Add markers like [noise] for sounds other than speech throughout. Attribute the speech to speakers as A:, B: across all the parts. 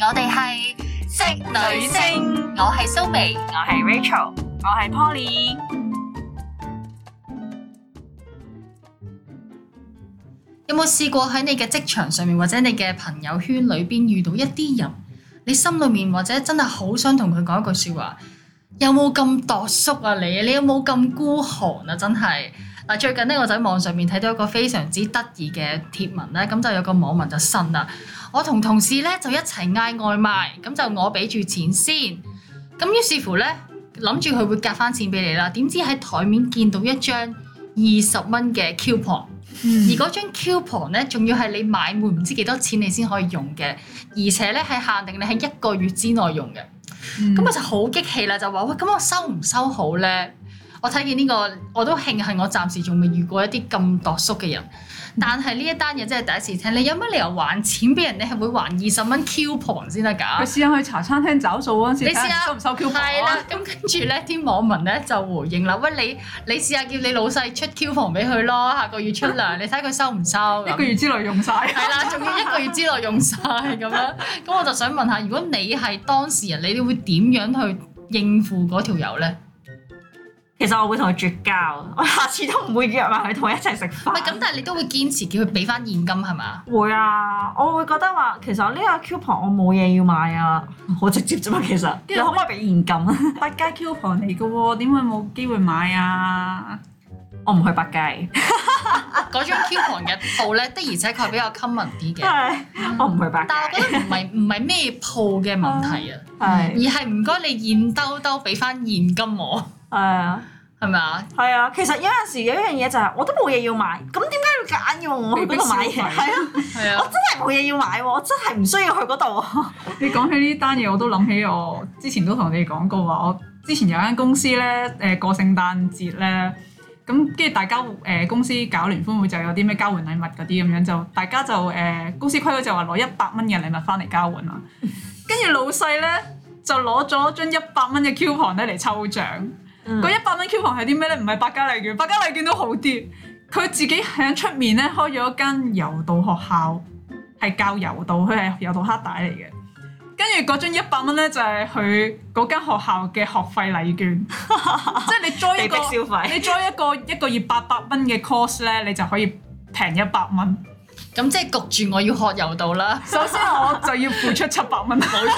A: 我哋係職
B: 女星，
A: 我係蘇眉，
B: 我係 Rachel，我係 Poly。
A: 有冇試過喺你嘅職場上面或者你嘅朋友圈裏邊遇到一啲人，你心裏面或者真係好想同佢講一句説話，有冇咁度縮啊你？你有冇咁孤寒啊？真係嗱，最近呢，我就喺網上面睇到一個非常之得意嘅貼文咧，咁就有個網民就呻啦，我同同事咧就一齊嗌外賣，咁就我俾住錢先，咁於是乎咧諗住佢會夾翻錢俾你啦，點知喺台面見到一張二十蚊嘅 coupon。而
B: 嗯
A: 嗰張 coupon 咧，仲要係你買滿唔知幾多錢你先可以用嘅，而且咧係限定你喺一個月之內用嘅。咁、我就好激氣啦，就話喂，咁我收唔收好咧？我睇見呢、個，我都慶幸我暫時仲未遇過一啲咁度縮嘅人。但係呢一單嘢真係第一次聽，你有乜理由還錢俾人？你係會還二十蚊 coupon 先得㗎
B: 啊佢？試下去茶餐廳找數嗰陣時，
A: 你
B: 睇
A: 試
B: 下
A: 下
B: 收唔收 Q 房
A: 係啦，咁跟住咧，啲網民咧就回應啦，喂你你試下叫你老細出 Q 房俾佢咯，下個月出糧，你睇佢收唔收
B: 一
A: 咁
B: 個月之內用
A: [laughs]
B: 晒。
A: 係啦，仲要一個月之內用晒咁樣。咁我就想問下，如果你係當事人，你哋會點樣去應付嗰條友咧？
C: 其實我會同佢絕交， [laughs] 我下次都唔會約埋佢同我一齊食
A: 唔係咁
C: 飯。，
A: 但係你都會堅持叫佢俾翻現金係嘛？
C: 會啊，我會覺得話其實呢個 coupon 我冇嘢要買啊，好直接啫嘛。其實你可唔可以俾現金 [laughs] 啊？
B: 百佳 Q 房嚟嘅喎，點會冇機會買啊？
C: 我唔去百佳，
A: 嗰張 coupon 嘅鋪咧，的而且確係比較 common 啲嘅。
C: 係 [laughs] 我唔去百
A: 但係
C: 佳，
A: 我覺得唔 [laughs] 係唔係咩鋪嘅問題啊，而
C: 係
A: 係唔該你現兜兜俾翻現金我，
C: 係啊。
A: 係咪啊？
C: 係啊，其實有陣時有一樣嘢就係我都冇嘢要買，咁點解要揀用我去嗰度買嘢？
B: 被迫消費
C: 係啊，
A: 係
C: 我
A: 啊，
C: 真係冇嘢要買喎，我真係唔需要去嗰度啊。
B: 你講起呢單嘢，我都諗起我之前都同你講過話，我之前有間公司咧，誒、過聖誕節咧，咁跟住大家誒、公司搞聯歡會就有啲咩交換禮物嗰啲咁樣，就大家就誒、公司規矩就話攞一百蚊嘅禮物翻嚟交換啦，跟住老細咧就攞咗張一百蚊嘅 coupon 咧嚟抽獎。
C: 嗯
B: 嗰一百蚊 coupon 係啲咩咧？唔係百佳禮券，百佳禮券都好啲。佢自己喺出面咧開咗一間柔道學校，係教柔道，佢係柔道黑帶嚟嘅。跟住嗰張一百蚊咧就係佢嗰間學校嘅學費禮
C: [laughs]
B: 券，即係你 join 一
C: 被
B: 個
C: 迫消費，
B: 你 join 一個一個月八百蚊嘅 course 咧，你就可以平一百蚊。
A: 咁即係焗住我要學柔道啦，
B: 首先我就要付出七百
C: [laughs]
B: 蚊，
A: 冇錯，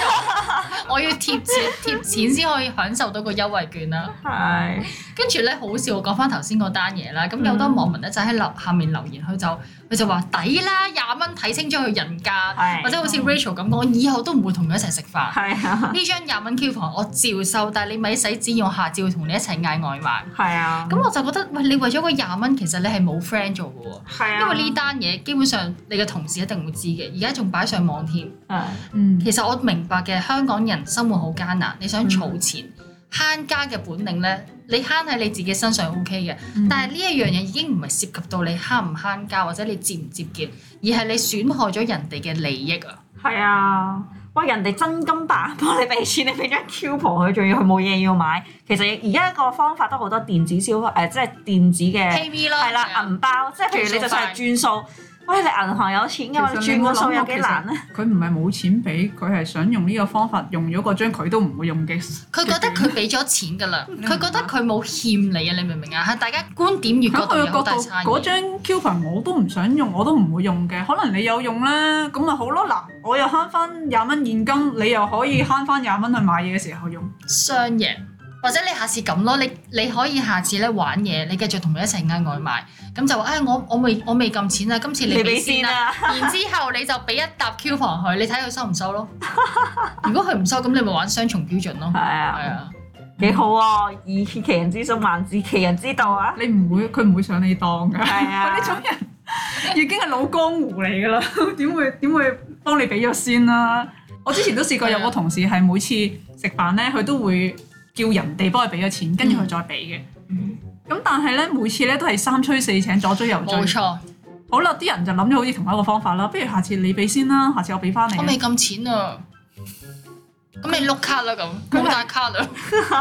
A: 我要貼錢貼錢先可以享受到個優惠券啦。
C: [laughs] 係
A: 跟住咧好笑，我講翻頭先嗰單嘢啦。咁
C: 嗯
A: 有好多網民咧就喺留下面留言，佢就佢就話抵啦，廿蚊睇清楚佢人價，
C: 係嗯
A: 或者好似 Rachel 咁講，我以後都唔會同佢一齊食飯。
C: 係啊
A: 呢張廿蚊 coupon 我照收，但係你咪使紙，我下次會同你一齊嗌外賣。
C: 係啊，
A: 咁我就覺得，喂，你為咗個廿蚊，其實你係冇 friend 做嘅喎。
C: 係啊，
A: 因為呢單嘢基本上你嘅同事一定會知嘅，而家仲擺上網添。
C: 係
B: 嗯，
A: 其實我明白嘅，香港人生活好艱難，你想儲錢慳家嘅本領咧，你慳喺你自己身上 O K 嘅。但係呢一樣嘢已經唔係涉及到你慳唔慳家或者你節唔節儉，而係你損害咗人哋嘅利益啊！
C: 係啊，喂，人哋真金白銀幫你俾錢，你俾張 coupon 佢，仲要佢冇嘢要買。其實而家個方法都好多電子消費，誒、呃即係電子嘅
A: PayMe 啦，
C: 係啦，嗯銀包，即係譬如你就算係轉數，喂，你銀行有錢㗎嘛，你
B: 其實你有冇
C: 轉個
B: 諗過
C: 數有幾難啊咧？
B: 佢唔係冇錢俾，佢係想用呢個方法用咗嗰張佢都唔會用嘅。
A: 佢覺得佢俾咗錢㗎啦，佢覺得佢冇欠你啊！你明唔明啊？係大家觀點與
B: 喺
A: 角
B: 佢
A: 度有
B: 嘅角
A: 好大
B: 度，
A: 差
B: 嗰
A: 異。
B: 張 coupon 我都唔想用，我都唔會用嘅。可能你有用啦，咁咪好咯。嗱，我又慳翻廿蚊現金，你又可以慳翻廿蚊去買嘢嘅時候用。
A: 雙贏，或者你下次咁咯，你你可以下次咧玩嘢，你繼續同佢一齊嗌外賣，咁就話唉、我我未我未撳錢啊，今次你
C: 你
A: 俾
C: 俾
A: 先
C: 先
A: 啦。
C: 啊！
A: 然之後你就俾一沓 Q 房佢，你睇佢收唔收咯？如果佢唔收，咁你咪玩雙重標準咯。
C: 係
A: 係
C: 啊，
A: 啊，
C: 幾好啊！以其人之心還治其人之道啊！
B: 你唔會，佢唔會上你當㗎。
C: 係啊
B: 呢種人已經係老江湖嚟㗎啦， [laughs] 點會點會幫你俾咗先啦、我之前都試過
A: 啊
B: 有個同事係每次食飯咧，佢都會叫人哋幫佢俾咗錢，跟住佢再俾嘅。
A: 嗯
B: 咁、但係咧，每次咧都係三催四請，左追右追。
A: 冇錯，
B: 好啦，啲人就諗咗好似同一個方法啦，不如下次你俾先啦，下次我俾翻你
A: 我
B: 啊。
A: 未撳錢啊。咁你碌卡啦咁，
B: 佢係
A: 冇帶卡啦，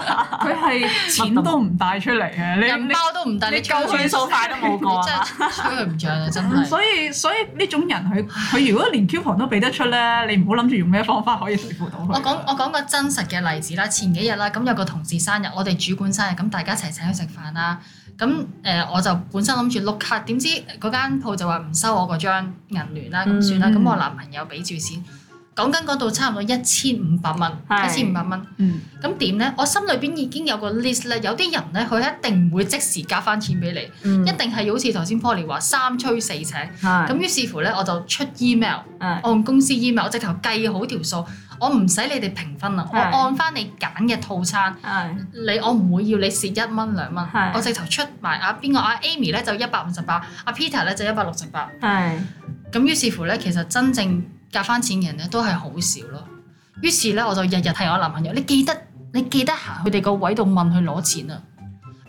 B: 佢係錢都唔帶出嚟嘅，
A: 人
B: 你你
A: 包都唔帶，你
B: 你夠
A: 吹
C: 轉數快都冇過
A: 你真
C: 啊！
A: 係吹佢唔漲啊！真係。
B: 嗯所以所以呢種人佢佢如果連 coupon 都俾得出咧，你唔好諗住用咩方法可以對付到佢。
A: 我講我講個真實嘅例子啦，前幾日啦，咁有個同事生日，我哋主管生日，咁大家一齊請佢食飯啦。咁誒、呃我就本身諗住碌卡，點知嗰間鋪就話唔收我嗰張銀聯啦，咁算啦。咁、
B: 嗯
A: 我男朋友俾住先，講緊嗰度差唔多一千五百蚊，
C: 係
A: 一千五百蚊。
B: 嗯
A: 咁點咧？我心裏邊已經有個 list 咧，有啲人咧佢一定唔會即時加翻錢俾你，
C: 嗯
A: 一定係好似頭先 Poly 話三催四請。
C: 係
A: 咁於是乎咧，我就出 email。
C: 係
A: 我用公司 email，我直頭計好條數，我唔使你哋評分啊啦，我
C: 係
A: 按翻你揀嘅套餐，
C: 係
A: 你我唔會要你蝕一蚊兩蚊
C: 係，
A: 我直頭出埋啊邊個啊 Amy 咧就一百五十八，阿 Peter 咧就一百六十八，
C: 係
A: 咁於是乎咧，其實真正夾翻錢嘅人咧都係好少咯。於是咧，我就日日提我男朋友，你記得你記得行佢哋個位度問佢攞錢啊！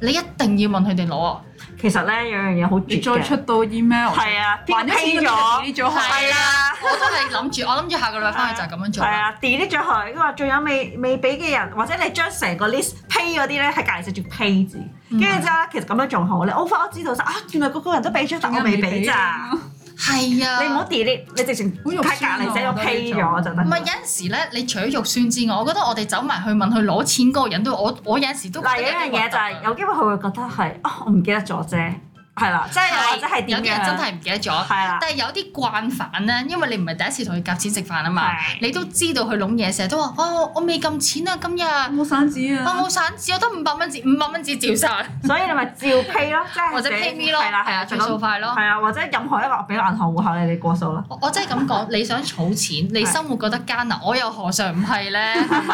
A: 你一定要問佢哋攞啊！
C: 其實咧有樣嘢好
B: 你
C: 絕
B: 再
C: 嘅，
B: 出到 email，
C: 係啊，
B: 還咗錢
C: 邊個 pay 咗，
B: 咗，咗
A: 係
C: 係啊。
A: 我都係諗住，我諗住下個禮拜翻去就係咁樣做
C: 係
A: 啦。
C: 啊，delete 咗佢，因為仲有未未俾嘅人，或者你將成個 list pay 嗰啲咧，喺隔離寫住 pay 字，跟住之後咧，其實咁樣仲好咧。我翻我知道晒啊，原來個個人都俾咗，但我未俾咋。。
A: 係啊，
C: 你唔好 delete，你直情喺
B: 好
C: 隔
B: 肉酸啊
C: 離寫個
B: 我覺得
C: pay
B: 呢種
C: 咗就得
A: 唔。係有陣時咧，你除咗肉酸之外，我覺得我哋走埋去問佢攞錢嗰個人都，我我有陣時都覺
C: 嗱，
A: 得
C: 有一樣
A: 啲核
C: 嘢就係
A: 突啊
C: 有機會佢會覺得係啊，我唔記得咗啫，係啦，即係或者係
A: 有
C: 點
A: 啲人真
C: 樣？
A: 係唔記得咗，
C: 係啦，
A: 但係有啲慣犯咧，因為你唔係第一次同佢夾錢食飯啊嘛，
C: 係
A: 你都知道佢攏嘢成日都話哦，我未撳錢啊，今日
C: 嗯
B: 我
A: 我
B: 冇散紙啊！
A: 冇散紙，我得五百蚊紙，五百蚊紙照
C: [laughs]
A: 晒，
C: 所以你咪照 pay 咯，即係
A: 或者
C: 寫
A: PayMe 咯，
C: 係啦係啦，就
A: 轉
C: 咁
A: 數快咯。
C: 係啊，或者任何一個俾個銀行戶口你，你過數啦。
A: 我我真係咁講，你想儲錢，你生活覺得艱難，我又何嘗唔係咧？係
C: [laughs]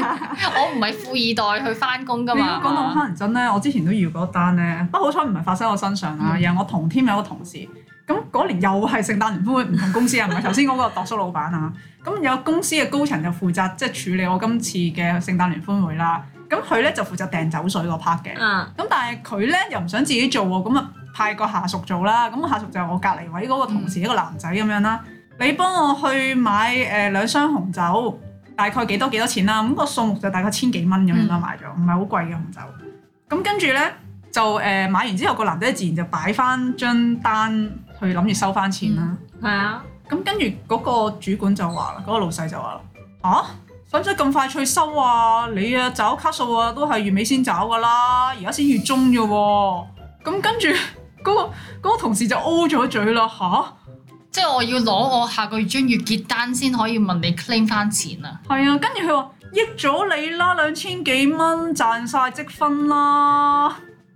A: 咪？我唔係富二代去翻工噶
B: 你如果
A: 嘛。
B: 講到黑人憎咧，我之前都遇過一單咧，不過好彩唔係發生喺我身上啦，
A: 嗯
B: 而係我同 team 有個同事，咁嗰年又係聖誕聯歡會唔同公司啊，唔係頭先嗰個度叔老闆啊，咁有公司嘅高層就負責即係處理我今次嘅聖誕聯歡會啦，咁佢咧就負責訂酒水嗰 part 嘅，
C: 嗯，
B: 咁但係佢咧又唔想自己做喎，咁啊派個下屬做啦，咁個下屬就係我隔離位嗰個同事、一個男仔咁樣啦，你幫我去買誒、呃、兩箱紅酒，大概幾多幾多錢啊啦？咁、個數目就大概千幾蚊咁樣啦，
A: 嗯
B: 買咗唔係好貴嘅紅酒。咁跟住咧就誒、呃、買完之後，個男仔自然就擺翻張單去諗住收翻錢啦。
C: 係啊，
B: 咁跟住嗰個主管就話啦，嗰、個老細就話啦，啊，使唔使咁快脆收啊？你啊找卡數啊，都係月尾先找噶啦，而家先月中啫喎。咁跟住 [laughs] 嗰個嗰個同事就 O 咗嘴啦，吓、
A: 即係我要攞我下個月張月結單先可以問你 claim 翻錢啊！
B: 係啊，跟住佢話益咗你啦，兩千幾蚊賺晒積分啦。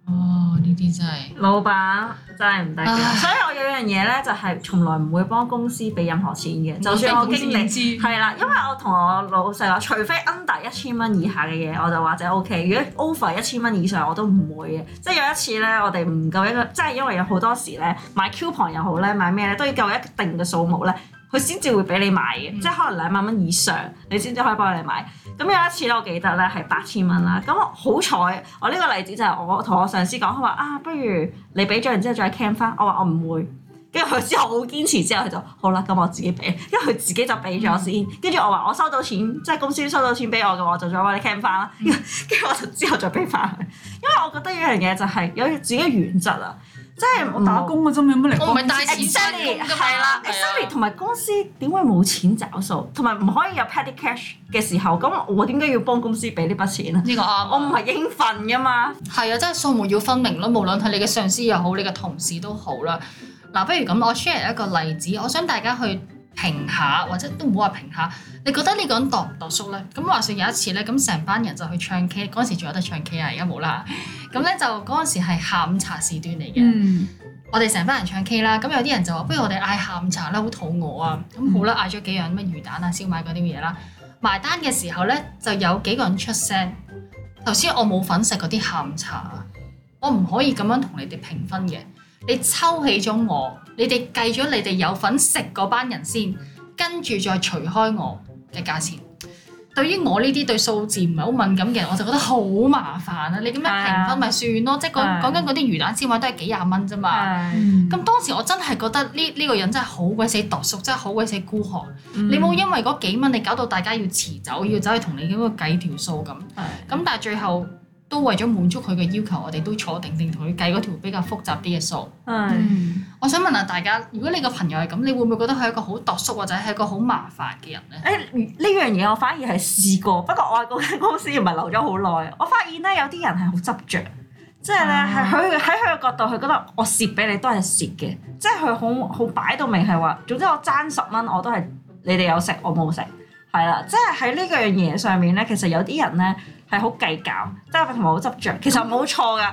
A: 哦，呢啲真係
C: 老闆真係唔得
A: 唉
C: 嘅。所以我有樣嘢咧，就係從來唔會幫公司俾任何錢嘅，就算我經理。
B: 知，
C: 係啦，因為我同我老細話，除非 under 一千蚊以下嘅嘢，我就或者 OK。如果 over 一千蚊以上，我都唔會嘅。即係有一次咧，我哋唔夠一個，即係因為有好多時咧，買 coupon 又好咧，買咩咧，都要夠一定嘅數目咧，佢先至會俾你買嘅。
A: 嗯
C: 即係可能兩萬蚊以上，你先至可以幫你買。咁有一次咧，我記得咧係八千蚊啦。咁我好彩，我呢個例子就係我同我上司講，佢話啊，不如你俾咗然之後再 cam 翻。我話我唔會。跟住佢之後好堅持，之後佢就好啦，咁我自己俾，因為佢自己就俾咗
A: 嗯
C: 先。跟住我話我收到錢，即係公司收到錢俾我嘅，我就再幫你 claim 翻啦。
A: 嗯
C: [laughs] 跟住我就之後再俾翻佢，因為我覺得一樣嘢就係有自己嘅原則啊，即係
B: 我打工嘅啫嘛，有乜嚟幫
A: 嗯我唔係大錢翻工
C: Exactly
A: 㗎嘛
C: 係
A: 係
C: 啦
A: 啊
C: ，exactly 同埋公司點會冇錢找數，同埋唔可以有 petty cash 嘅時候，咁我點解要幫公司俾呢筆錢啊？
A: 呢個啱啊。
C: 我唔係應份噶嘛，
A: 係啊，真係數目要分明咯，無論係你嘅上司又好，你嘅同事都好啦。嗱，不如咁，我 share 一個例子，我想大家去評下，或者都唔好話評下，你覺得呢個人度唔度縮咧？咁話說有一次咧，咁成班人就去唱 K，嗰陣時仲有得唱 K 啊，而家冇啦。咁咧就嗰陣時係下午茶時段嚟嘅。
B: 嗯，
A: 我哋成班人唱 K 啦，咁有啲人就話不如我哋嗌下午茶啦，好肚餓啊！
C: 嗯
A: 咁好啦，嗌咗幾樣乜魚蛋啊、燒賣嗰啲嘢啦。埋單嘅時候咧，就有幾個人出聲。頭先我冇份食嗰啲下午茶啊，我唔可以咁樣同你哋平分嘅。你抽起咗我，你哋計咗你哋有份食嗰班人先，跟住再除開我嘅價錢。對於我呢啲對數字唔係好敏感嘅人，我就覺得好麻煩啊！你咁樣
C: 係啊
A: 評分咪算咯，即係講
C: 係啊
A: 講緊嗰啲魚蛋燒賣都係幾廿蚊啫嘛。
C: 係
B: 嗯
A: 咁當時我真係覺得呢呢個人真係好鬼死度熟，真係好鬼死孤寒。
B: 嗯
A: 你冇因為嗰幾蚊，你搞到大家要遲走，要走去同你嗰個計條數咁。
C: 係
A: 咁但係最後都為咗滿足佢嘅要求，我哋都坐定定同佢計嗰條比較複雜啲嘅數。
C: 係
B: 嗯
A: 我想問下大家，如果你個朋友係咁，你會唔會覺得佢係一個好度縮或者係一個好麻煩嘅人呢？
C: 誒呢樣嘢我反而係試過，不過我喺嗰間公司唔係留咗好耐。我發現咧有啲人係好執着，即係咧係佢喺佢嘅角度，佢覺得我蝕俾你都係蝕嘅，即係佢好好擺到明係話，總之我爭十蚊我都係你哋有食我冇食，係啦，即係喺呢個樣嘢上面咧，其實有啲人咧係好計較，即係同埋好執着，其實冇錯㗎。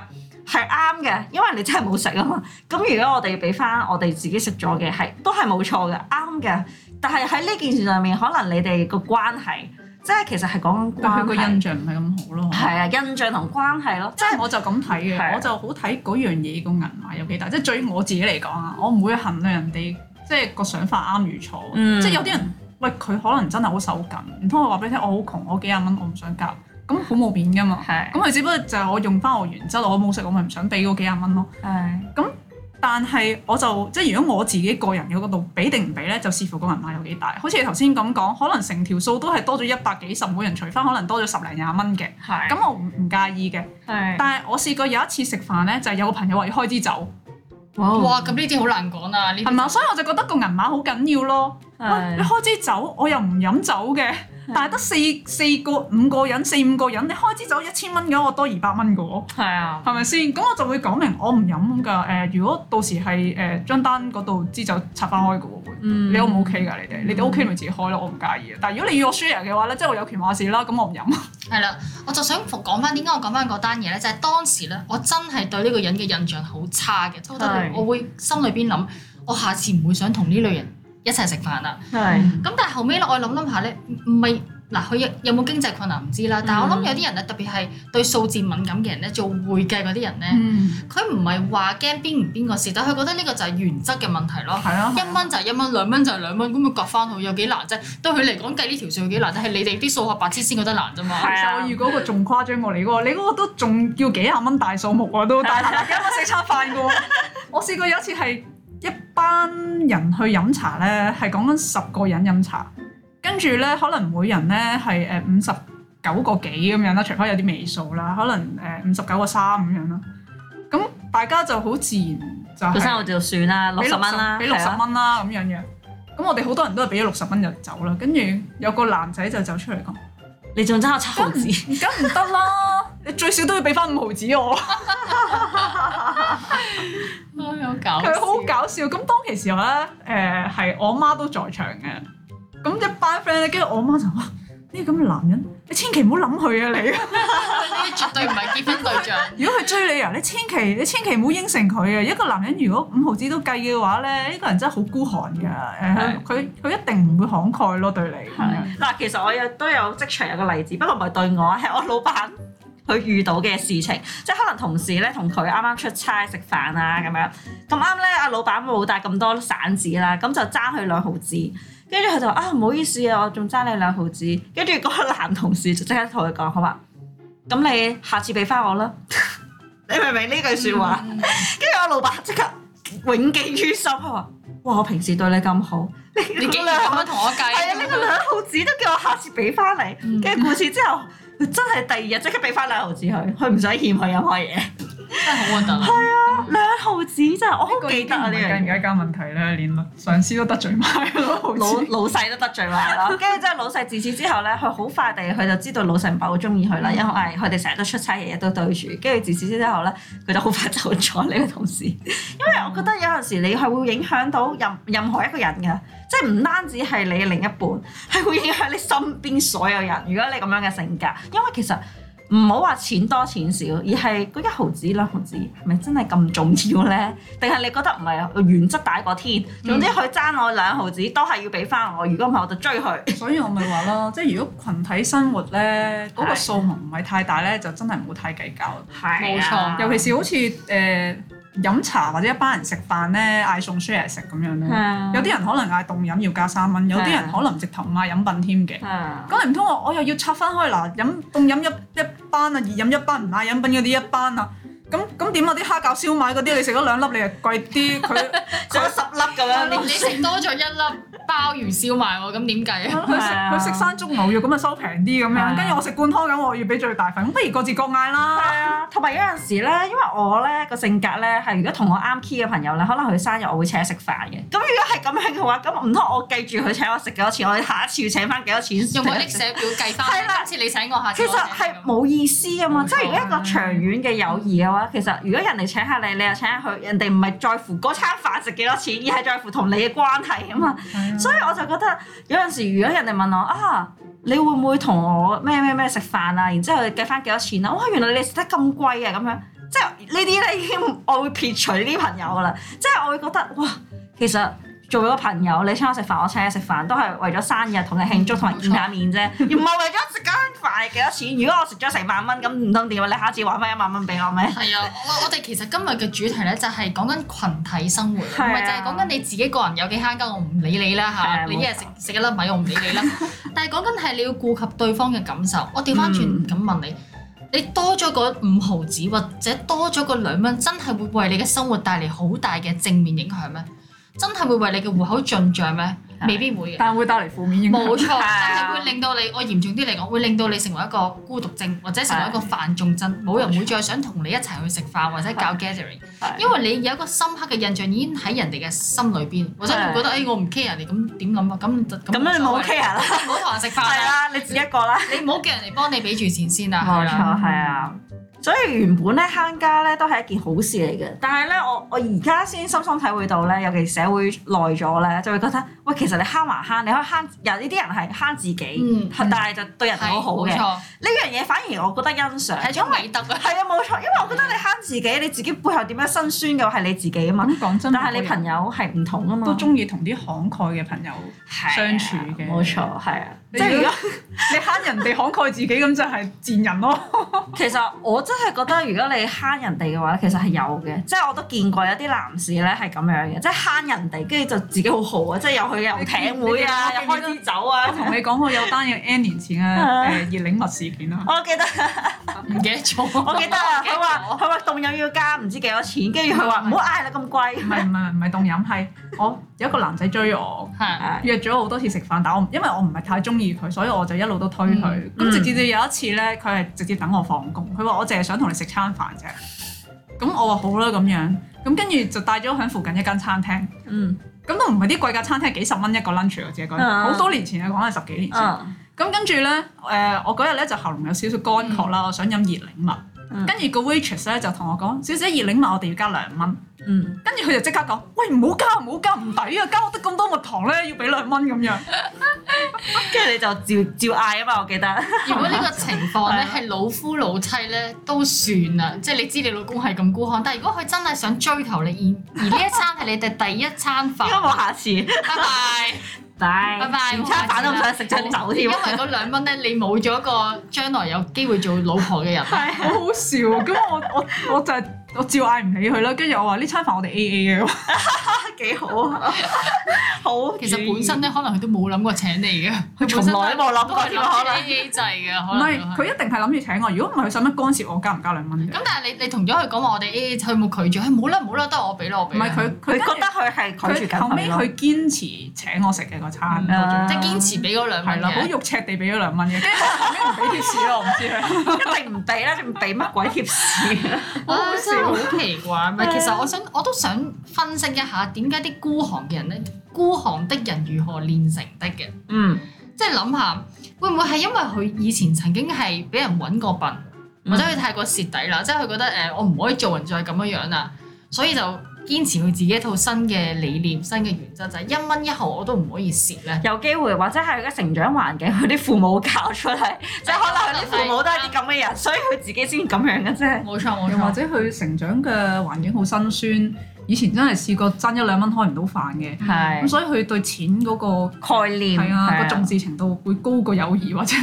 C: 係啱嘅，因為你真係冇食啊嘛。咁如果我哋俾翻我哋自己食咗嘅，係都係冇錯嘅，啱嘅。但係喺呢件事上面，可能你哋個關係，即係其實係講緊
B: 對佢
C: 關
B: 個
C: 係，
B: 印象唔係咁好咯。
C: 係啊，印象同關係咯，
B: 即
C: 即係
B: 係我就咁睇
C: 係
B: 嘅，我就好睇嗰樣嘢個銀碼有幾大。即係對於我自己嚟講啊，我唔會衡量人哋即係個想法啱與錯。啊
C: 嗯
B: 即係有啲人喂佢可能真係好手緊，唔通我話俾你聽我好窮，我幾廿蚊我唔想夾，咁好冇面㗎嘛。
C: 係
B: 咁佢只不過就係我用翻我原則，我冇食我咪唔想俾嗰幾廿蚊咯。
C: 係
B: 但係我就即係如果我自己個人嘅嗰度俾定唔俾咧，就視乎個銀碼有幾大。好似你頭先咁講，可能成條數都係多咗一百幾十，每人除翻可能多咗十零廿蚊嘅，
C: 係
B: 咁我唔唔介意嘅。
C: 係
B: 但係我試過有一次食飯咧，就係有個朋友話要開支酒，
A: 哇！咁呢啲好難講啊，呢
B: 係
A: 啲
B: 嘛？所以我就覺得個銀碼好緊要咯。喂，你
C: 係
B: 開支酒，我又唔飲酒嘅，但係得四四個五個人，四五個人，你開支酒一千蚊嘅，我多二百蚊嘅喎。
C: 係啊，
B: 係咪先？咁我就會講明我唔飲㗎。誒、如果到時係誒、張單嗰度支就拆翻開嘅喎，會
C: 嗯
B: 你 O 唔 OK 㗎？你哋你哋 OK 咪自己開咯，我唔介意嘅。但係如果你要我 share 嘅話咧，即係我有權話事啦，咁我唔飲。
A: 係啦，我就想復講翻點解我講翻嗰單嘢呢？就係、當時呢，我真係對呢個人嘅印象好差嘅，即係覺得
C: 係
A: 我會心裏邊諗，我下次唔會想同呢類人一齊食飯啦。
C: 係
A: 咁但係後尾咧，我諗諗下咧，唔唔係嗱，佢有有冇經濟困難唔知啦。但係我諗有啲人咧，特別係對數字敏感嘅人咧，做會計嗰啲人咧，
B: 嗯，
A: 佢唔係話驚邊唔邊個事，但係佢覺得呢個就係原則嘅問題咯。
B: 係啊。
A: 一蚊就係一蚊，兩蚊就係兩蚊，咁咪夾翻好，有幾難啫？對佢嚟講計呢條數有幾難，但係你哋啲數學白痴先覺得難啫嘛。
C: 係啊
B: 其實我遇嗰個仲誇張過你嗰個，你嗰個都仲要幾廿蚊大數目喎，都大大幾蚊食餐飯嘅
C: [laughs]
B: 喎。我試過有一次係一班人去飲茶咧，係講緊十個人飲茶，跟住咧可能每人咧係誒五十九個幾咁樣啦，除非有啲尾數啦，可能誒五十九個三咁樣啦。咁大家就好自然就係
C: 本身我就算啦，六十蚊啦，
B: 俾六十
C: 係啊，
B: 蚊啦咁樣樣。咁我哋好多人都係俾咗六十蚊就走啦，跟住有個男仔就走出嚟講。
C: 你仲爭我七毫
B: 梗唔
C: 紙，
B: 梗唔得啦！你最少都要俾翻五毫子我，
A: 唉好搞笑
B: 佢好搞笑。咁當其時候咧，誒、係我媽都在場嘅。咁一班 friend 咧，跟住我媽就話：呢個咁嘅男人，你千祈唔好諗佢啊！ [laughs]
A: 呢啲絕對唔係結婚對象。
B: 你如果佢追你啊，你千祈你千祈唔好應承佢啊！一個男人如果五毫子都計嘅話咧，呢個人真係好孤寒㗎。誒、
C: 係
B: 佢佢一定唔會慷慨咯，對你。
C: 係嗱，其實我有都有職場有個例子，不過唔係對我，係我老闆佢遇到嘅事情，即係可能同事咧同佢啱啱出差食飯啊咁樣，咁啱咧阿老闆冇帶咁多散紙啦，咁就爭佢兩毫子，跟住佢就話啊唔好意思啊，我仲爭你兩毫子，跟住嗰個男同事就即刻同佢講，好話咁你下次俾翻我啦，你明唔明呢句説話？跟住我老闆即刻永記於心，佢話哇我平時對你咁好，
A: 你竟然咁樣同我計，
C: 係啊，呢個兩毫子都叫我下次俾翻你。
A: 嗯
C: 跟住故事之後，佢真係第二日即刻俾翻兩毫子佢，佢唔使欠佢任何嘢。
A: 真係好核突啊！
C: 兩毫子真係我
B: 哦呢
C: 好
B: 個
C: 記
B: 已
C: 得
B: 經唔
C: 啊！呢
B: 係
C: 樣
B: 計唔
C: 嘢
B: 計交問題咧，連上司都得罪埋咯，好
C: 老
B: 似。
C: 老細都得罪埋咯。 [laughs] 跟住之後老細自此之後咧，佢好快地佢就知道老細唔係好中意佢啦，因為佢哋成日都出差，日日都對住。跟住自此之後咧，佢就好快走咗呢個同事。 [laughs] 因為我覺得有陣時你係會影響到任任何一個人嘅，即係唔單止係你嘅另一半，係會影響你身邊所有人。如果你咁樣嘅性格，因為其實唔好話錢多錢少，而係嗰一毫子兩毫子係咪真係咁重要咧？定係你覺得唔係啊？原則大過天，
B: 嗯
C: 總之佢爭我兩毫子都係要俾翻我，如果唔係我就追佢。
B: 所以我咪話
C: [laughs]
B: 咯，即係如果群體生活咧，嗰、個
C: 係
B: 數目唔係太大咧，就真係唔好太計較。
C: 係
A: 啊
B: 尤其是好似誒、呃飲茶或者一班人食飯咧，嗌餸 share 食咁樣
C: 係
B: 咧，
C: 啊
B: 有啲人可能嗌凍飲要加三蚊，有啲人
C: 係
B: 可能直頭唔嗌飲品添嘅。
C: 係啊
B: 咁你唔通我我又要拆翻開嗱，飲凍飲一一班啊，熱飲一班，唔嗌飲品嗰啲一班啊。咁咁點啊？啲蝦餃燒賣嗰啲，你食咗兩粒你又貴啲，
C: [laughs]
B: 佢
C: 仲有十粒咁樣
A: 你食多咗一粒鮑魚燒賣喎，咁點計啊？
B: 佢食佢食山竹牛肉咁啊收平啲咁
C: 係啊
B: 樣，跟住我食罐湯咁，我要俾最大份，咁不如各自各嗌啦。
C: 係啊，同埋有陣時咧，因為我咧個性格咧係，如果同我啱 key 嘅朋友咧，可能佢生日我會請食飯嘅。咁如果係咁樣嘅話，咁唔通我記住佢請我食幾多錢，我下一次要請翻幾多錢？
A: 用個 Excel 表計
C: 係啦
A: 翻，今次你請我，下次
C: 其
A: 我
C: 實
A: 請
C: 係
A: 你咁
C: 冇意思噶嘛，
B: 冇錯
C: 即係如果一個長遠嘅友誼嘅話，其實如果人哋請下你，你又請下佢，人哋唔係在乎嗰餐飯值幾多錢，而係在乎同你嘅關係啊嘛。
B: 嗯
C: 所以我就覺得有陣時，如果人哋問我啊，你會唔會同我咩咩咩食飯啊？然之後計翻幾多錢啊？哇，原來你食得咁貴啊！咁樣即係呢啲咧已經我會撇除呢啲朋友噶啦，即係我會覺得哇，其實。做咗朋友，你請我食飯，我請你食飯，都係為咗生日同你慶祝同埋見下面啫，而唔係為咗食間飯係幾多錢。如果我食咗成萬蚊，咁唔通點啊？你下次還翻一萬蚊俾我咩？
A: [laughs] 係啊，我我哋其實今日嘅主題咧就係講緊群體生活，唔
C: 係啊
A: 係就係講緊你自己個人有幾慳家，我唔理你啦
C: 係啊
A: 嚇，你一日
C: 冇
A: 食食一粒米，我唔理你
C: [laughs]
A: 啦。但係講緊係你要顧及對方嘅感受，我調翻轉
C: 嗯
A: 咁問你，你多咗個五毫子或者多咗個兩蚊，真係會為你嘅生活帶嚟好大嘅正面影響咩？真係會為你嘅户口進帳咩？
C: 係
A: 未必會嘅。
B: 但係會帶嚟負面影響。
A: 冇錯，
C: 係啊
A: 但係會令到你，我嚴重啲嚟講，會令到你成為一個孤獨症，或者成為一個犯眾憎，冇人會再想同你一齊去食飯或者搞 gathering，因為你有一個深刻嘅印象已經喺人哋嘅心裏邊，或者
C: 係
A: 會覺得誒、哎我唔 care 人哋咁點諗啊，咁咁
C: 咁樣你冇 care 啦，
A: 唔好同人食飯
C: 係
A: 啦，
C: 啦，你自己一個啦。
A: 你唔好叫人哋幫你俾住錢先啦，
C: 冇
A: 係啦
C: 錯，係啊。所以原本咧慳家咧都係一件好事嚟嘅，但係咧我我而家先深深體會到咧，尤其社會耐咗咧，就會覺得喂，其實你慳還慳，你可以慳人呢啲人係慳自己，
A: 嗯，
C: 但係就對人係好好嘅
A: 係冇
C: 呢
A: 錯，
C: 樣嘢，反而我覺得欣賞，
A: 係
C: 因
A: 種
C: 為
A: 美德啊，
C: 係啊冇錯，因為我覺得你慳自己，你自己背後點樣辛酸嘅話係你自己啊嘛，
B: 咁講真，
C: 但係你朋友係唔同啊嘛，
B: 都中意同啲慷慨嘅朋友。
C: 係啊
B: 相處嘅
C: 冇錯係啊，即
B: 你
C: 係如
B: 如
C: 果
B: 果。你慳人哋慷慨自己咁就係賤人咯。
C: 其實我真係覺得，如果你慳人哋嘅話，其實係有嘅，即係我都見過有啲男士咧係咁樣嘅，即係慳人哋，跟住就自己好豪啊，即係有去遊艇會啊，又
B: 你見
C: 開支酒啊
B: 我。 [laughs] 同你講過有單嘢 N 年 [laughs] 前嘅誒熱檸蜜事件啊啦。
C: 我
B: [laughs]
C: 記得，
A: 唔記得咗，
C: 我記得啊！佢話
A: 我
C: 佢話凍飲要加唔知幾多錢，跟住佢
B: [laughs]
C: 話唔好嗌啦咁
B: 唔
C: 貴。
B: 係唔係唔係凍飲，係我有一個男仔追我，
A: 係
B: 約咗好多次食飯，但我唔因為我唔係太中意佢，所以我就一路都推佢。咁、
C: 嗯
B: 直至到有一次咧，佢係直接等我放工，佢話我淨係想同你食餐飯啫。咁我話好啦咁樣，咁跟住就帶咗喺附近一間餐廳，
C: 嗯
B: 咁都唔係啲貴價餐廳，幾十蚊一個 lunch 我自己覺得，
C: 啊
B: 好、多年前啊，講緊十幾年前。
C: 嗯
B: 咁跟住咧，誒、我嗰日咧就喉嚨有少少乾渴啦，我想飲熱檸蜜。
C: 嗯
B: 跟住個 waitress 咧就同我講：小姐熱檸蜜我哋要加兩蚊。
C: 嗯，
B: 跟住佢就即刻講：喂，唔好加，唔好加，唔抵啊！加我得咁多蜜糖咧，要俾兩蚊咁樣。
C: 跟住你就照照嗌啊嘛！我記得，
A: 如果呢個情況咧
C: 係啊
A: 係老夫老妻咧都算啦，即係你知你老公係咁孤寒，但係如果佢真係想追求你，而而呢一餐係你哋第一餐
C: [laughs] 應該
A: 飯，
C: 冇下次。
A: 拜拜，
C: 拜
A: 拜拜
C: 連餐飯都唔想食，真酒
A: 因
C: 添
A: 為。嗰兩蚊咧，你冇咗一個將來有機會做老婆
C: [laughs]
A: 嘅人，
C: 係
B: 好好笑。咁我我我就係我照嗌唔理佢啦。跟住我話呢餐飯我哋 A A 嘅，
C: 幾好啊！ [laughs] 好，
A: 其實本身咧可能佢都冇諗過請你嘅，佢
C: 從來都冇諗過
A: 本身
C: 添
A: 都
C: 啊可
A: 係諗
C: 能
A: A A 制嘅，
B: 唔
A: 可
B: 係
A: 能都係
B: 佢一定係諗住請我。如果唔係佢使乜干涉我加唔加兩蚊嘅？
A: 咁但係你你同咗佢講話我哋 A A，佢冇拒絕，佢冇啦冇啦，都係我俾啦我
B: 唔
A: 俾啦，
B: 係佢
C: 佢
B: 佢
C: 覺得佢係拒
B: 佢
C: 絕緊
B: 後尾
C: 佢咯。
B: 佢堅持請我食嘅嗰餐，
A: 嗯
B: 我
A: 即係堅持俾嗰兩
B: 仲係
A: 蚊
B: 啦，好
A: 嘅。
B: 肉赤地俾咗兩蚊 [laughs] 嘅。跟住我後尾唔俾貼士咯，我唔知佢。
C: 一定唔俾 [laughs] 啦，仲俾乜鬼貼士？
A: 啊，真係好奇怪。唔係，啊其實我想我都想分析一下點解啲孤寒嘅人咧，孤寒的人如何練成的嘅？
C: 嗯
A: 即係諗下，會唔會係因為佢以前曾經係俾人揾過笨，
C: 嗯
A: 或者佢太過蝕底啦，即係佢覺得誒、呃我唔可以做人再咁樣樣啦，所以就堅持佢自己一套新嘅理念、新嘅原則，就係一蚊一毫我都唔可以蝕咧。
C: 有機會，或者係佢嘅成長環境，佢啲父母教出嚟，即係可能佢啲父母都係啲咁嘅人，所以佢自己先咁樣嘅啫。
A: 冇錯冇
B: 又或
A: 錯，
B: 者佢成長嘅環境好辛酸，而以前真係試過爭一兩蚊開唔到飯嘅，咁
C: 係
B: 所以佢對錢嗰個
C: 概
B: 嗯
C: 念
B: 係啊
C: 係
B: 個重視程度會高過友誼或者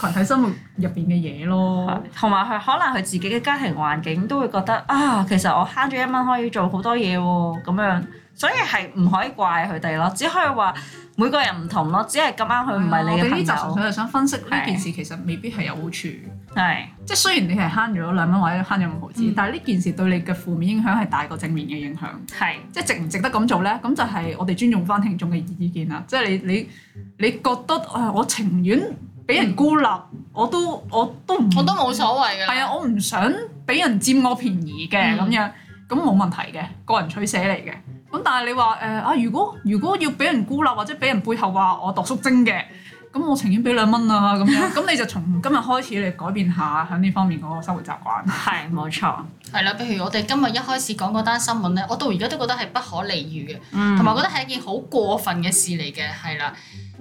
B: 群體生活入邊嘅嘢 [laughs] 咯。
C: 同埋佢可能佢自己嘅家庭環境都會覺得啊，其實我慳咗一蚊可以做好多嘢喎，咁樣，所以係唔可以怪佢哋咯，只可以話每個人唔同咯，只係咁啱佢唔係你
B: 啊我哋
C: 嘅
B: 呢
C: 朋
B: 集純
C: 友，
B: 粹係想分析呢件事其實未必係有好處，即
C: 係
B: 係雖然你係慳咗兩蚊或者慳咗五毫子，
A: 嗯
B: 但係呢件事對你嘅負面影響係大過正面嘅影響。
C: 係
B: 即係值唔值得咁做咧？咁就係我哋尊重翻聽眾嘅意見啦。即係你你你覺得啊，我情願俾人孤立，我都我都唔
A: 我都冇所謂㗎啦。
B: 係啊，我唔想俾人佔我便宜嘅
A: 嗯
B: 咁、樣，咁冇問題嘅，個人取捨嚟嘅。咁但係你話誒、呃啊，如果如果要俾人孤立或者俾人背後話我度叔精嘅，咁我情願俾兩蚊啊咁樣，咁你就從今日開始你改變下喺呢方面嗰個生活習慣。
C: 係冇錯，
A: 係啦，譬如我哋今日一開始講嗰單新聞咧，我到而家都覺得係不可理喻嘅，
C: 嗯
A: 同埋、覺得係一件好過分嘅事嚟嘅，係啦。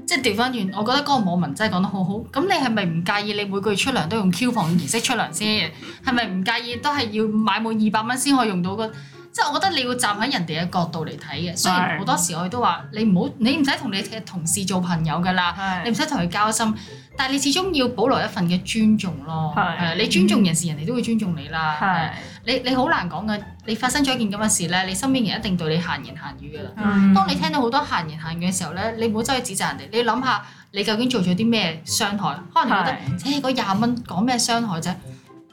A: 即係調翻轉，我覺得嗰個網民真係講得好好。咁你係咪唔介意你每個月出糧都用 Q 房儀式出糧先？係咪唔介意都係要買滿二百蚊先可以用到個？即係我覺得你要站喺人哋嘅角度嚟睇嘅。雖然
B: 係
A: 好多時我哋都話你唔好，你唔使同你嘅同事做朋友㗎啦。你
C: 係
A: 唔使同佢交心，但係你始終要保留一份嘅尊重咯。係
C: 係
A: 啊你尊重人時，人哋都會尊重你啦。係
C: 係
A: 啊你你好難講嘅，你發生咗一件咁嘅事咧，你身邊人一定對你閒言閒語㗎啦。
C: 嗯
A: 當你聽到好多閒言閒語嘅時候咧，你唔好走去指責人哋，你諗下你究竟做咗啲咩傷害？可能你覺得，誒嗰廿蚊講咩傷害啫？的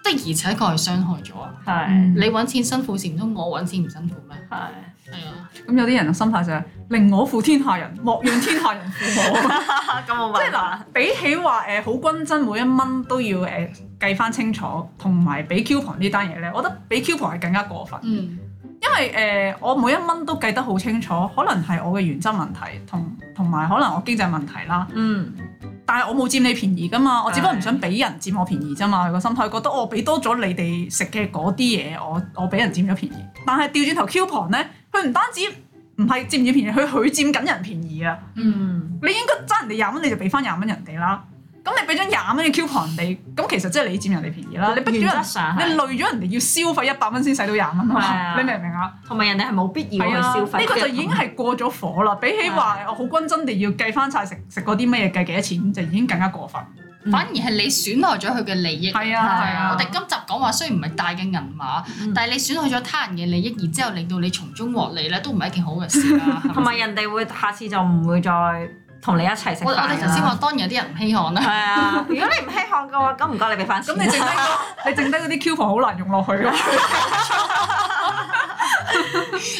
A: 而且確係傷害咗啊！
B: 嗯
C: 係
A: 你揾錢辛苦時，唔通我揾錢唔辛苦咩？
C: 係
A: 係啊，
B: 咁有啲人嘅心態就係、令我負天下人，莫讓天下人負我。
C: 嗯啊咁冇
B: 嗯即係嗱
C: 辦法，，
B: 比起話誒好均真，每一蚊都要誒計翻清楚，同埋俾 coupon 呢單嘢咧，我覺得俾 coupon 係更加過分，
A: 嗯，
B: 因為誒、呃我每一蚊都計得好清楚，可能係我嘅原則問題，同同埋可能我經濟問題啦。
C: 嗯
B: 但係我冇佔你便宜噶嘛，我只不過唔
C: 係
B: 想俾人佔我便宜啫嘛。佢個心態覺得我俾多咗你哋食嘅嗰啲嘢，我我俾人佔咗便宜。但係調轉頭 coupon 咧，佢唔單止唔係佔唔佔便宜，佢佢佔緊人便宜啊！
C: 嗯
B: 你應該爭人哋廿蚊，你就俾翻廿蚊人哋啦。咁你俾咗廿蚊嘅 coupon 人哋，咁其實即係你佔人哋便宜啦。你逼咗
C: 原則
B: 人，
C: 上
B: 你
C: 係
B: 累咗人哋要消費一百蚊先使到廿蚊
C: 係
B: 啊！
C: 啊
B: 你明唔明啊？
C: 同埋人哋係啊冇必要
B: 係
C: 去
B: 啊，
C: 消費，
B: 呢個就已經係過咗火啦。比起話我好均真地要計翻晒食食嗰啲乜嘢計幾多錢，就已經更加過分。
C: 嗯
A: 反而係你損害咗佢嘅利益。
B: 係
A: 係
B: 啊，係
A: 啊，
B: 啊
A: 我哋。今集講話雖然唔係大嘅銀碼，
C: 嗯
A: 但係你損害咗他人嘅利益，然之後令到你從中獲利咧，都唔係一件好嘅事啦。係咪
C: 同埋人哋會下次就唔會再同你一齊食飯
A: 我我
C: 啦
A: 哋頭先話，當然有啲人唔稀罕
C: 係
A: 啦， [laughs]
C: 啊，如果你唔稀罕嘅話，咁唔該你俾翻
B: 咁
C: 錢。
B: 你剩低嗰
C: [laughs]
B: 你剩低嗰啲 coupon 好難用落去咯。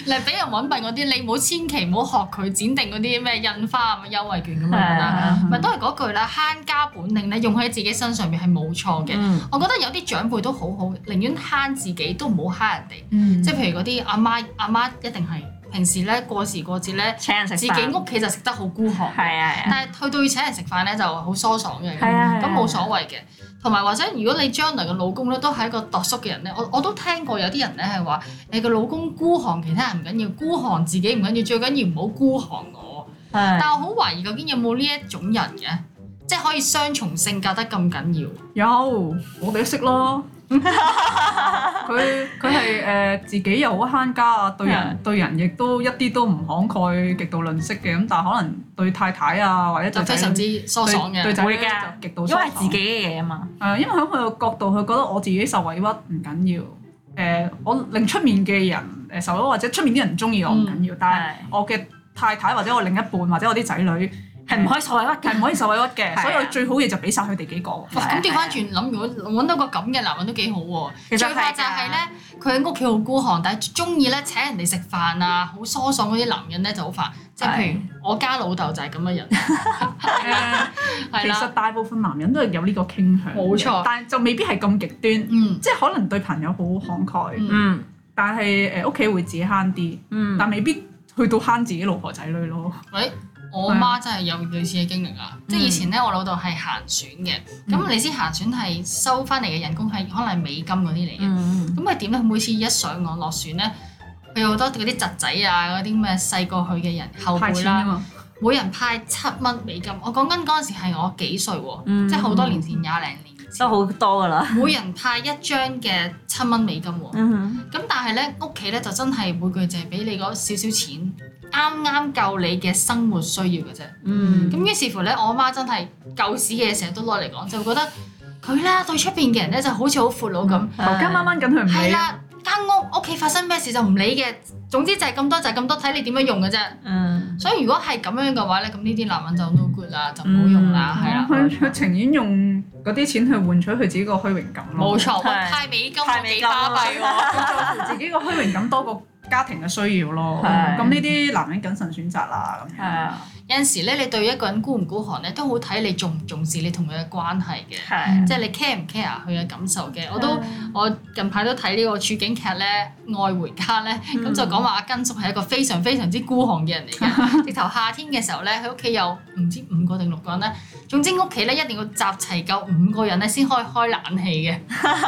A: 嚟俾人揾笨嗰啲，你唔好千祈唔好學佢剪定嗰啲咩印花咁嘅優惠券咁樣
C: 係
A: 啦。
C: 啊
A: 咪都係嗰句啦，慳家本領咧，用喺自己身上面係冇錯嘅。
C: 嗯
A: 我覺得有啲長輩都好好，寧願慳自己都唔好慳人哋。
B: 嗯
A: 即係譬如嗰啲阿媽阿媽一定係平時咧過時過節咧，
C: 請人食
A: 自
C: 飯，
A: 己屋企就食得好孤寒。
C: 係啊係啊
A: 但係去到要請人食飯咧就好疏爽嘅，
C: 係啊，
A: 咁冇所謂嘅。同埋或者如果你將來嘅老公咧都係一個度縮嘅人咧，我我都聽過有啲人咧係話你個老公孤寒其他人唔緊要，孤寒自己唔緊要，最緊要唔好孤寒我。
C: 係啊
A: 但我好懷疑究竟有冇呢一種人嘅，即係可以雙重性格得咁緊要。
B: 有，我哋都識咯。佢佢係誒自己又好慳家啊，對人對人亦都一啲都唔慷慨，極度吝嗇嘅。咁但係可能對太太啊，或者
A: 就
B: 對仔
A: 非
B: 女
A: 常之疏爽嘅
B: 對對仔女
C: 會㗎
B: 就極度疏
C: 因
B: 爽
C: 為係自己嘅嘢啊嘛，
B: 誒，因為喺佢個角度，佢覺得我自己受委屈唔緊要。誒、我令出面嘅人誒受咗，或者出面啲人唔中意我唔緊
A: 嗯
B: 要，但係
C: 係
B: 我嘅太太或者我另一半或者我啲仔女
C: 係唔可以受委屈
B: 係唔
C: 嘅。
B: 可以受委屈嘅，
C: 係啊
B: 所以我最好嘢就俾晒佢哋幾個。
A: 哇！
C: 係啊
A: 咁調翻轉諗，如果揾到個咁嘅男人都幾好喎。
C: 其實
A: 最怕
C: 係
A: 就係咧，佢喺屋企好孤寒，但係中意咧請人哋食飯啊，好疏爽嗰啲男人咧就好煩。即係譬如我家老豆就係咁嘅
C: [laughs]
A: 人，
B: 誒
A: 係
B: 其實
A: 啦，
B: 大部分男人都係有呢個傾向嘅，
A: 冇錯
B: 但係就未必係咁極端，
A: 嗯
B: 即係可能對朋友好慷慨，
A: 嗯
C: 嗯
B: 但係呃誒屋企會自己慳啲，
C: 嗯，
B: 但未必去到慳自己老婆仔女咯。
A: 喂，我媽真係有類似嘅經歷啊！即係以前咧，我老豆係閒選嘅，
C: 嗯
A: 咁你知閒選係收翻嚟嘅人工係可能係美金嗰啲嚟嘅。
C: 嗯
A: 咁佢點咧？每次一上岸落船咧，佢有好多嗰啲侄仔啊，嗰啲咩細過佢嘅人後
B: 派
A: 輩
B: 錢啊
A: 啦，
B: 嘛，
A: 每人派七蚊美金。我講緊嗰陣時係我幾歲喎？
C: 嗯
A: 即係好多年前廿零年
C: 都好多噶 [laughs] 啦。
A: 每人派一張嘅七蚊美金喎。
C: 嗯哼，
A: 咁但係咧，屋企咧就真係每個月淨係俾你嗰少少錢，啱啱夠你嘅生活需要嘅啫。
C: 嗯
A: 咁於是乎咧，我媽真係舊屎嘢成日都攞嚟講，就會覺得佢咧對出邊嘅人咧就好似好闊佬咁，
B: 頭家掹掹緊佢
C: 嗯
B: 唔
A: 係
B: 理，
A: 啦、間屋屋企發生咩事就唔理嘅，總之就係咁多就係咁多，睇你點樣用嘅啫。
C: 嗯，
A: 所以如果係咁樣嘅話咧，咁呢啲男人就 no good 啦，就唔好用啦，
C: 嗯
A: 係啦、
B: 佢佢情願用嗰啲錢去換取佢自己個虛榮感咯
A: 冇，錯，喂
C: 係
A: 派美金
C: 派
A: 我
C: 美
A: 幾
C: 金啊
A: 巴閉喎。
B: 自己個虛榮感多過家庭嘅需要咯。
C: 係
B: 咁呢啲男人謹慎選擇啦，咁
C: 係
B: 樣
C: 啊，
A: 有陣時咧，你對一個人孤唔孤寒咧，都好睇你重唔重視你同佢嘅關係嘅，
C: 係啊
A: 即係你 care 唔 care 佢嘅感受嘅。我都我近排都睇呢個處境劇咧《愛回家》咧，咁就講話阿根叔係一個非常非常之孤寒嘅人嚟嘅。直頭夏天嘅時候咧，佢屋企有唔知五個定六個人咧，總之屋企咧一定要集齊夠五個人咧先可以開冷氣嘅。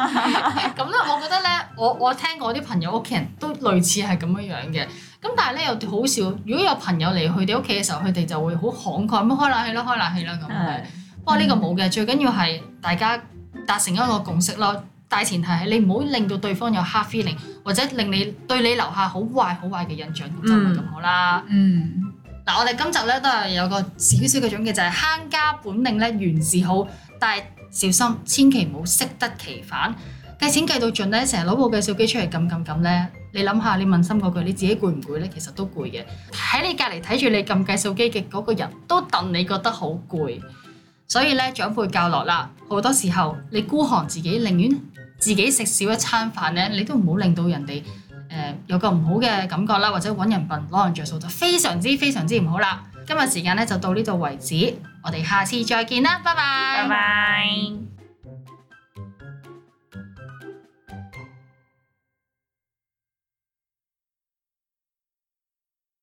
A: 咁咧，我覺得咧，我我聽過啲朋友屋企人都類似係咁樣樣嘅。咁但係咧又好少，如果有朋友嚟佢哋屋企嘅時候，佢哋就會好慷慨咁開冷氣啦，開冷氣啦咁。
C: 係
A: 不過呢個冇嘅，最緊要係大家達成一個共識咯。大前提係你唔好令到對方有 hard feeling，或者令你對你留下好壞好壞嘅印象，咁就唔係咁好啦。
B: 嗯，
A: 嗱、我哋今集咧都係有個少少嘅總結，就係、慳家本領咧原是好，但係小心千祈唔好適得其反。計錢計到盡咧，成日攞部計數機出嚟撳撳撳咧，你諗下，你問心嗰句，你自己攰唔攰咧？其實都攰嘅。喺你隔離睇住你撳計數機嘅嗰個人都戥你覺得好攰，所以咧長輩教落啦，好多時候你孤寒自己，寧願自己食少一餐飯咧，你都唔好令到人哋誒、呃有個唔好嘅感覺啦，或者揾人笨攞人着數就非常之非常之唔好啦。今日時間咧就到呢度為止，我哋下次再見啦，拜拜
C: 拜。